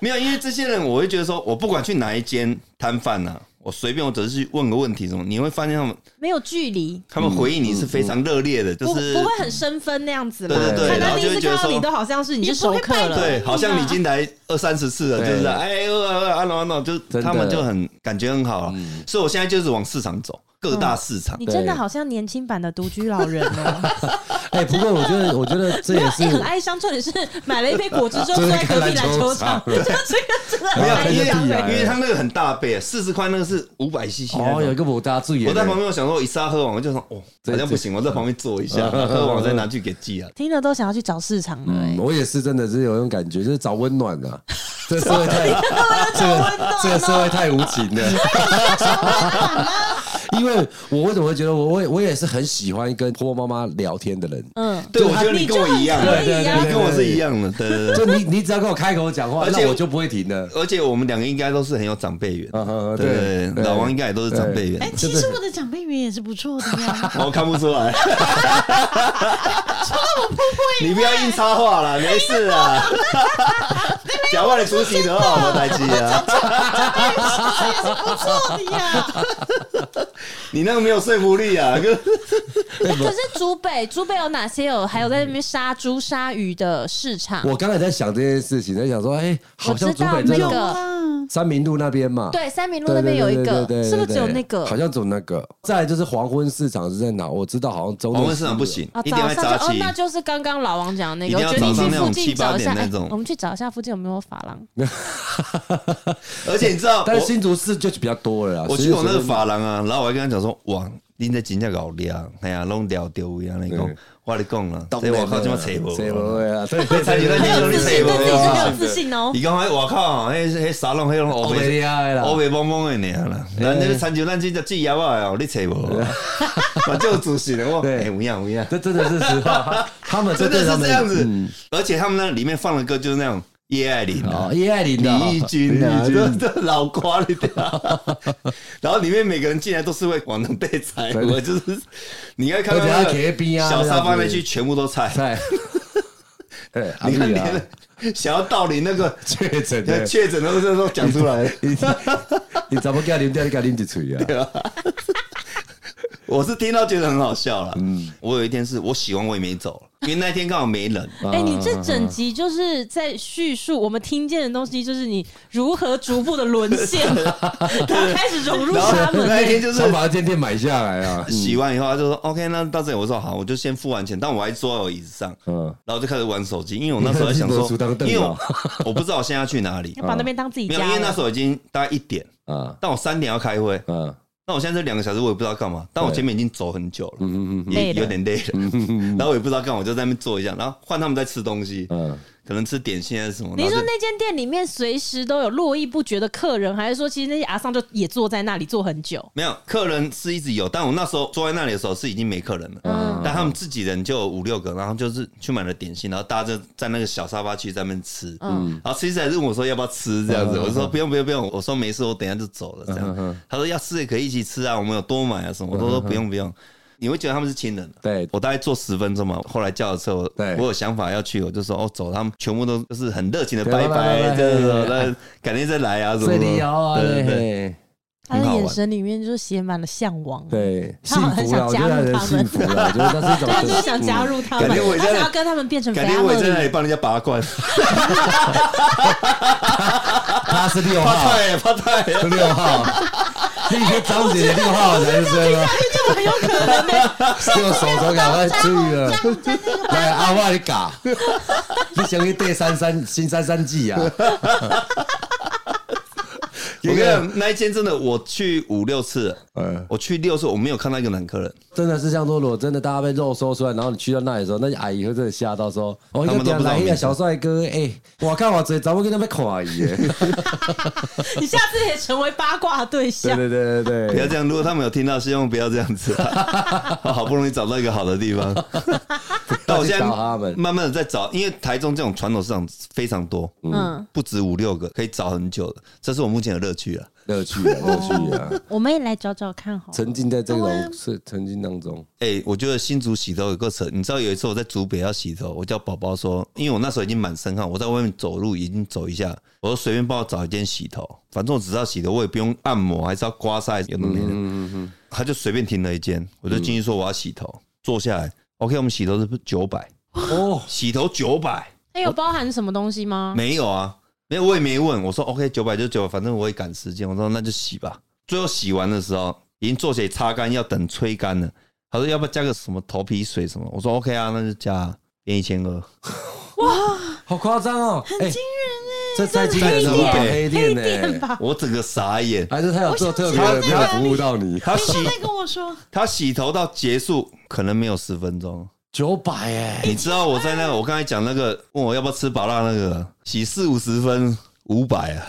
Speaker 3: 没有，因为这些人，我会觉得说，我不管去哪一间摊贩呐，我随便我只是去问个问题什么，你会发现他们
Speaker 1: 没有距离，
Speaker 3: 他们回应你是非常热烈
Speaker 2: 嗯
Speaker 3: 的，就
Speaker 1: 不
Speaker 3: 是
Speaker 1: 不会很生分那样子啦。
Speaker 3: 对对对
Speaker 1: 可
Speaker 3: 然
Speaker 1: 能
Speaker 3: 后
Speaker 1: 第
Speaker 3: 就
Speaker 1: 一
Speaker 3: 会
Speaker 1: 次
Speaker 3: 觉得
Speaker 1: 看到
Speaker 3: 说
Speaker 1: 你都好像是你是熟客
Speaker 4: 也不会拜
Speaker 1: 了，
Speaker 3: 对，好像你已经来二三十次了，
Speaker 2: 对
Speaker 3: 就是哎呦啊啊啊，就
Speaker 2: 真的
Speaker 3: 他们就很感觉很好了，所以我现在就是往市场走，各大市场
Speaker 1: 你。真的好像年轻版的独居老人 哦。
Speaker 2: 哎，不过我觉得，我觉得这
Speaker 1: 没有，
Speaker 2: 也
Speaker 1: 哎
Speaker 2: 是，
Speaker 1: 很哀伤。重点是买了一杯果汁之后，坐在隔壁篮球 场，
Speaker 2: 真的
Speaker 1: 就这个真的很
Speaker 3: 没有，
Speaker 1: 哀
Speaker 3: 因为
Speaker 1: 伤
Speaker 2: 哎
Speaker 1: 哎。
Speaker 3: 因为他那个很大杯，四十块那个是五百 CC
Speaker 2: 哦，
Speaker 3: 那
Speaker 2: 有一
Speaker 3: 种。
Speaker 2: 个我大家注意，
Speaker 3: 我在旁边，我想说，我一沙喝完，我就说，哦，好像不行，我在旁边坐一下，喝完我再拿去给寄啊。
Speaker 1: 听了都想要去找市场了哎
Speaker 2: 嗯，。我也是真的是有一种感觉，就是找温暖 啊。这社会太这个
Speaker 3: 啊
Speaker 2: 这个社会太无情 了。因为我为什么会觉得我我也我也是很喜欢跟婆婆妈妈聊天的人，
Speaker 1: 嗯，
Speaker 3: 对，我觉得你跟我一样，
Speaker 1: 对对对
Speaker 3: 你跟我是一样的，对对对。
Speaker 2: 就你你只要跟我开口讲话，
Speaker 3: 而且
Speaker 2: 那我就不会停的。
Speaker 3: 而且我们两个应该都是很有长辈缘，
Speaker 2: 嗯嗯嗯
Speaker 3: 对对
Speaker 2: 对
Speaker 3: 对，
Speaker 2: 对
Speaker 3: 老王应该也都是长辈
Speaker 4: 哎，
Speaker 3: 缘，
Speaker 4: 其实我的长辈缘也是不错的 呀。
Speaker 3: 我看不出 来。你不要硬插话
Speaker 1: 哎
Speaker 3: 啦，没事 啊。讲话的出题的话，我来接啊。
Speaker 4: 不错的呀，
Speaker 3: 你那个没有说服力啊，跟
Speaker 1: 哎可是竹北，竹北有哪些有还有在那边杀猪杀鱼的市场？
Speaker 2: 我刚才在想这件事情，在想说，哎，好像竹
Speaker 1: 那
Speaker 2: 北这
Speaker 1: 个
Speaker 2: 种
Speaker 4: 啊，
Speaker 2: 三民路那边嘛，
Speaker 1: 对，三民路
Speaker 2: 对，
Speaker 1: 那边有一个
Speaker 2: 对对，对
Speaker 1: 是不是只有
Speaker 2: 对
Speaker 1: 那个？
Speaker 2: 好像只有那个。再来就是黄昏市场是在哪？我知道好像周
Speaker 3: 黄昏市场不行
Speaker 1: 啊，，
Speaker 3: 一定要
Speaker 1: 早上
Speaker 3: 早
Speaker 1: 就哦，
Speaker 3: 起。
Speaker 1: 那就是刚刚老王讲的那
Speaker 3: 一
Speaker 1: 个，
Speaker 3: 定
Speaker 1: 我
Speaker 3: 要
Speaker 1: 觉得你
Speaker 3: 早上
Speaker 1: 去
Speaker 3: 那种
Speaker 1: 附
Speaker 3: 七
Speaker 1: 近
Speaker 3: 八
Speaker 1: 找一下，
Speaker 3: 点那
Speaker 1: 哎
Speaker 3: 种
Speaker 1: 我们去找一下附近有没有发廊。
Speaker 3: 而且你知道，
Speaker 2: 但是
Speaker 3: 我
Speaker 2: 新竹市就比较多了啦。
Speaker 3: 我
Speaker 2: 所以
Speaker 3: 去我那
Speaker 2: 说
Speaker 3: 个发廊啊，然后我还跟他讲说，哇，恁这真正搞聊，哎呀，拢聊丢样，你讲
Speaker 2: 对，
Speaker 3: 我跟你讲啦，
Speaker 2: 嗯当
Speaker 3: 这
Speaker 2: 然
Speaker 3: 我靠，
Speaker 2: 啦
Speaker 3: 这么扯哦无，
Speaker 2: 找不到 啊，对
Speaker 3: 才有那种
Speaker 1: 自
Speaker 3: 你
Speaker 1: 信，
Speaker 3: 扯
Speaker 1: 对自己
Speaker 3: 无
Speaker 1: 真
Speaker 3: 啊
Speaker 1: 的有自信哦。
Speaker 3: 伊讲迄外口，迄迄沙龙，迄种
Speaker 2: 欧
Speaker 3: 欧
Speaker 2: 美
Speaker 3: 美
Speaker 2: 厉害啦
Speaker 3: 欧，美蒙蒙的尔啦。咱这个参照咱这只制药啊，哦你找无 啊？我就主席了，我
Speaker 2: 对
Speaker 3: 哎，有样有样，
Speaker 2: 这真的是实话，他们
Speaker 3: 真的
Speaker 2: 他
Speaker 3: 是
Speaker 2: 们
Speaker 3: 这样子
Speaker 2: 嗯。
Speaker 3: 而且他们那里面放的歌就是那种叶爱玲啊
Speaker 2: 哦，。叶爱嗯玲的
Speaker 3: 李翊君啊，
Speaker 2: 李
Speaker 3: 这
Speaker 2: 翊君
Speaker 3: 这老瓜里的啊，然后里面每个人进来都是会往那被踩，
Speaker 2: 对
Speaker 3: 我就是你会看到
Speaker 2: 而且
Speaker 3: 那
Speaker 2: 他贴边
Speaker 3: 个
Speaker 2: 啊
Speaker 3: 小沙发
Speaker 2: 这
Speaker 3: 那
Speaker 2: 样子
Speaker 3: 区全部都菜，
Speaker 2: 在，对， 阿
Speaker 3: 你看
Speaker 2: 丽
Speaker 3: 你
Speaker 2: 啊，
Speaker 3: 想要道理 那个
Speaker 2: 确诊的，
Speaker 3: 确诊都是都讲出来，
Speaker 2: 你 你怎么给他淋掉？你给他淋几锤啊？
Speaker 3: 我是听到觉得很好笑了。嗯，我有一天是我洗完我也没走，因 为那天刚好没人。
Speaker 1: 哎，你
Speaker 2: 啊
Speaker 1: 这整集就是在叙述我们听见的东西，就是你如何逐步的沦陷，然后开始融入
Speaker 3: 然后
Speaker 1: 他们。
Speaker 3: 那一天就是
Speaker 2: 想把他间店买下来啊？
Speaker 3: 洗完以后，他就说 OK，那到这里我说好，我就先付完钱，但我还坐在我椅子上，
Speaker 2: 嗯，
Speaker 3: 然后就开始玩手机，因为我那时候在想 说
Speaker 2: 你看自己的书当，凳
Speaker 3: 因为我
Speaker 2: 哦
Speaker 3: 我不知道我现在要去 哪里
Speaker 1: 要，把那边当自己
Speaker 3: 没
Speaker 1: 家
Speaker 3: 有，因为那
Speaker 1: 了
Speaker 3: 时，候已经大概一点，
Speaker 2: 啊，
Speaker 3: 但我三点要开会，
Speaker 2: 嗯
Speaker 3: 那我现在这两个小时我也不知道干嘛，但我前面已经走很久了，
Speaker 2: 嗯嗯
Speaker 3: 也
Speaker 1: 累了
Speaker 3: 有点累 了，然后我也不知道干嘛，我就在那边坐一下，然后换他们在吃东西，
Speaker 2: 嗯，
Speaker 3: 可能吃点心还是什么，
Speaker 1: 你
Speaker 3: 然
Speaker 1: 是
Speaker 3: 后
Speaker 1: 说
Speaker 3: 就
Speaker 1: 那间店里面随时都有络绎不绝的客人，还是说其实那些阿桑就也坐在那里坐很久？
Speaker 3: 没有，客人是一直有，但我那时候坐在那里的时候是已经没客人了。但他们自己人就有五六个，然后就是去买了点心，然后大家就在那个小沙发区在那边吃。嗯，然后吃一次还问我说要不要吃这样子，我说不用不用不用，我说没事，我等一下就走了这
Speaker 2: 啊嗯
Speaker 3: 样。他说要吃也可以一起吃啊，我们有多买啊什么，我都说不用不用。你会觉得他们是亲人，
Speaker 2: 对
Speaker 3: 我大概坐十分钟嘛，后来叫了车，我
Speaker 2: 对
Speaker 3: 我有想法要去，我就说哦走，他们全部都就是很热情的
Speaker 2: 对
Speaker 3: 拜
Speaker 2: 拜拜
Speaker 3: 拜，
Speaker 2: 拜
Speaker 3: 这样子，
Speaker 2: 嘿
Speaker 3: 那改天再来啊什么
Speaker 2: 所以你
Speaker 3: 的，
Speaker 2: 摇啊，
Speaker 3: 对对对。
Speaker 2: 对
Speaker 1: 他的
Speaker 3: 很好玩
Speaker 1: 眼神里面就是写满了向往。
Speaker 2: 对，幸
Speaker 1: 他好很
Speaker 2: 福啦，
Speaker 1: 想
Speaker 2: 我觉
Speaker 1: 加
Speaker 2: 得
Speaker 1: 入
Speaker 2: 很
Speaker 1: 他们
Speaker 2: 幸福啦，我觉得那是一
Speaker 1: 对，
Speaker 2: 种
Speaker 1: 他啊就是
Speaker 2: 幸
Speaker 1: 想加入他们，
Speaker 3: 改天我也
Speaker 1: 他
Speaker 3: 在
Speaker 1: 想要跟他们变成
Speaker 3: 改天我也在那
Speaker 1: family。
Speaker 3: 里帮人家拔 罐，
Speaker 2: 他是六
Speaker 3: 发
Speaker 2: 号，
Speaker 3: 菜耶发菜耶，
Speaker 2: 六 号，那些张姐姐六号男生啊， 就手肘赶快注意了。来，阿爸你嘎， 你想去对三三新三三季啊？
Speaker 3: 我跟你讲，那一间真的我去五六次了，
Speaker 2: 嗯，
Speaker 3: 我去六次，我没有看到一个男客人，
Speaker 2: 真的是像说，如果真的大家被肉搜出来，然后你去到那里的时候，那阿姨会真的吓到说：“哦，
Speaker 3: 他
Speaker 2: 一
Speaker 3: 们都
Speaker 2: 个
Speaker 3: 不知道
Speaker 2: 来
Speaker 3: 我
Speaker 2: 一个
Speaker 3: 名字
Speaker 2: 小帅哥，哎，我看我嘴，咱们跟他们看阿姨 耶。
Speaker 1: 你下次也成为八卦对”
Speaker 2: 对
Speaker 1: 象。
Speaker 2: 对对对
Speaker 3: 不要
Speaker 2: 对，
Speaker 3: 这样。如果他们有听到，希望不要这样子、好不容易找到一个好的地方，但我现在
Speaker 2: 找他们
Speaker 3: 慢慢的在找，因为台中这种传统市场非常多，
Speaker 1: 嗯，
Speaker 3: 不止五六个，可以找很久的，这是我目前的乐趣了。
Speaker 2: 乐趣啊，乐趣 啊！
Speaker 1: 我们也来找找看好了，
Speaker 2: 沉浸在这种是沉浸当中，
Speaker 3: 哎、我觉得新竹洗头有个扯，你知道有一次我在竹北要洗头，我叫宝宝说，因为我那时候已经满身汗，我在外面走路已经走一下，我说随便帮我找一间洗头，反正我只知道洗头，我也不用按摩，还是要刮痧，有的没的。
Speaker 2: 嗯
Speaker 3: 他就随便停了一间，我就进去说我要洗头，坐下来，OK，我们洗头是九百，
Speaker 2: 哦，
Speaker 3: 洗头九百，
Speaker 1: 它有哎包含什么东西吗？
Speaker 3: 没有啊，没有，我也没问，我说 OK，九百就九百，反正我也赶时间，我说那就洗吧。最后洗完的时候，已经做起来擦干，要等吹干了。他说要不要加个什么头皮水什么？我说 OK 啊，那就加啊，变一千二。
Speaker 2: 好夸张哦，很惊人哎，这太惊人了吧，黑
Speaker 3: 黑
Speaker 2: 店
Speaker 1: 店
Speaker 2: 呢？
Speaker 4: 啊
Speaker 1: 吧，
Speaker 3: 我整个傻眼。
Speaker 2: 还是他有做特别的，没有服务到你，
Speaker 3: 他洗
Speaker 4: 再跟我说，
Speaker 3: 他洗头到结束可能没有十分钟，
Speaker 2: 九百哎，
Speaker 3: 你知道我在那个我刚才讲那个问我要不要吃麻辣那个洗四五十分五百啊，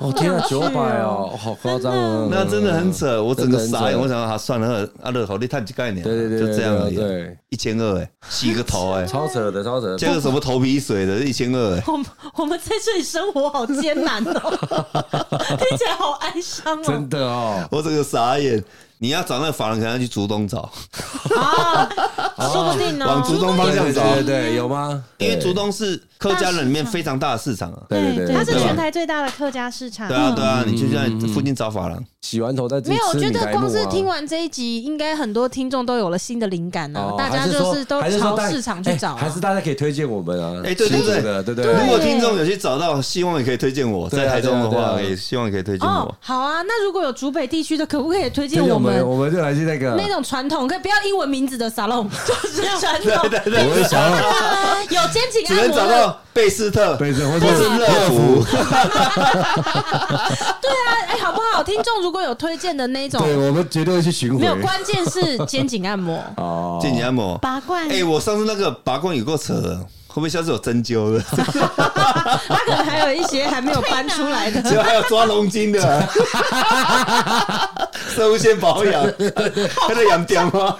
Speaker 2: 哦天啊，九百哦，好夸张哦，
Speaker 3: 那真的很扯，我整个
Speaker 2: 真的很扯
Speaker 3: 傻眼。我想他算了，阿乐好，你探几概念，啊
Speaker 2: 对对对，
Speaker 3: 就这样而
Speaker 2: 对
Speaker 3: 已，
Speaker 2: 对，
Speaker 3: 一千二哎，洗个头 哎，
Speaker 2: 超扯的，超扯
Speaker 3: 加
Speaker 2: 的。
Speaker 3: 个什么头皮水的，一千二哎。
Speaker 1: 我们我们在这里生活好艰难 哦，听起来好哀伤哦。
Speaker 2: 真的哦，
Speaker 3: 我这个傻眼，你要找那个法人，可能要去竹东找，
Speaker 1: 啊，说不定
Speaker 3: 往
Speaker 1: 呢。
Speaker 3: 竹东方向
Speaker 2: 对
Speaker 3: 找，
Speaker 2: 对对，有吗？
Speaker 3: 因为竹东是客家人里面非常大的市场啊。
Speaker 2: 对对对对，
Speaker 1: 它是
Speaker 3: 对吧
Speaker 1: 全台最大的客家市场嗯
Speaker 3: 对。
Speaker 2: 嗯
Speaker 3: 啊，对啊，你就在附近找法郎，
Speaker 2: 洗完头再自
Speaker 1: 没
Speaker 2: 己
Speaker 1: 有，我
Speaker 2: 吃
Speaker 1: 觉
Speaker 2: 米
Speaker 1: 得
Speaker 2: 苔
Speaker 1: 光
Speaker 2: 木
Speaker 1: 是
Speaker 2: 啊
Speaker 1: 听完这一集，应该很多听众都有了新的灵感呢、
Speaker 2: 哦
Speaker 1: 大家
Speaker 2: 还是
Speaker 1: 就
Speaker 2: 说
Speaker 1: 是都
Speaker 2: 还是说
Speaker 1: 朝
Speaker 2: 大
Speaker 1: 市场去找、啊
Speaker 2: 哎还是大家可以推荐我们啊？
Speaker 3: 哎对对
Speaker 2: 吃
Speaker 3: 对
Speaker 2: 这个对对
Speaker 3: 如
Speaker 2: 对
Speaker 3: 果听众有去找到，希望也可以推荐我，
Speaker 2: 对啊
Speaker 3: 在台中的
Speaker 2: 对啊对
Speaker 3: 话，
Speaker 2: 啊
Speaker 3: 也希望也可以推荐
Speaker 1: 哦
Speaker 3: 我。。
Speaker 1: 好啊，那如果有竹北地区的，可不可以推荐
Speaker 2: 推荐
Speaker 1: 我
Speaker 2: 我
Speaker 1: 们
Speaker 2: 们，我们就来去那个
Speaker 1: 那种传统？可以不要英文名字的沙龙， 就是传统 啊
Speaker 3: 对对，
Speaker 2: 我会想要
Speaker 1: 有肩颈
Speaker 3: 只
Speaker 1: 按
Speaker 3: 能
Speaker 1: 摩
Speaker 3: 找
Speaker 1: 的。
Speaker 3: 到贝斯特，
Speaker 2: 对对，或
Speaker 3: 或是
Speaker 2: 者
Speaker 3: 乐福，
Speaker 1: 对啊，哎、好不好？听众如果有推荐的那种，
Speaker 2: 对，我们绝对会去巡
Speaker 1: 没有，
Speaker 2: 回。
Speaker 1: 关键是肩颈按摩。
Speaker 2: 哦
Speaker 3: 健检按摩。
Speaker 4: 拔罐
Speaker 3: 哎，我上次那个拔罐有够扯的，会不会下次有针灸 的？
Speaker 1: 他可能还有一些还没有搬出来 的。
Speaker 3: 结果还有抓龙筋的， 生物线保养，还在养掉吗？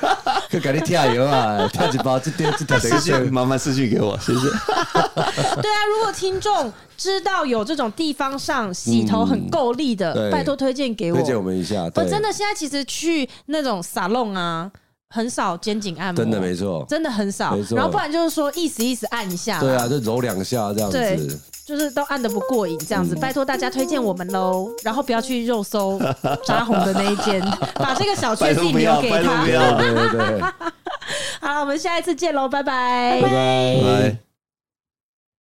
Speaker 2: 去给你跳油啊，跳一包，这点 这条等一
Speaker 3: 私
Speaker 2: 下。
Speaker 3: 信麻烦私信给我，谢谢。
Speaker 1: 对啊，如果听众知道有这种地方上洗头很够力的，
Speaker 2: 嗯对
Speaker 1: 拜托推荐给我。
Speaker 2: 推荐我们一下，
Speaker 1: 我
Speaker 2: 对
Speaker 1: 真的现在其实去那种沙龙啊，很少肩颈按摩，
Speaker 2: 真的没错
Speaker 1: 真的很少
Speaker 2: 没。错
Speaker 1: 然后不然就是说意思意思按一下，
Speaker 2: 对啊，，就揉两下这样
Speaker 1: 对
Speaker 2: 子。
Speaker 1: 就是都按的不过瘾这样
Speaker 3: 嗯
Speaker 1: 子。拜托大家推荐我们喽，然后不要去肉 搜扎红的那一间，把这个小确
Speaker 3: 拜托
Speaker 1: 幸
Speaker 3: 不
Speaker 1: 留
Speaker 3: 要，
Speaker 1: 给
Speaker 3: 拜托
Speaker 1: 他
Speaker 3: 不。要，
Speaker 2: 对对对，
Speaker 1: 好了，我们下一次见喽，拜拜
Speaker 2: 拜拜。
Speaker 3: 拜。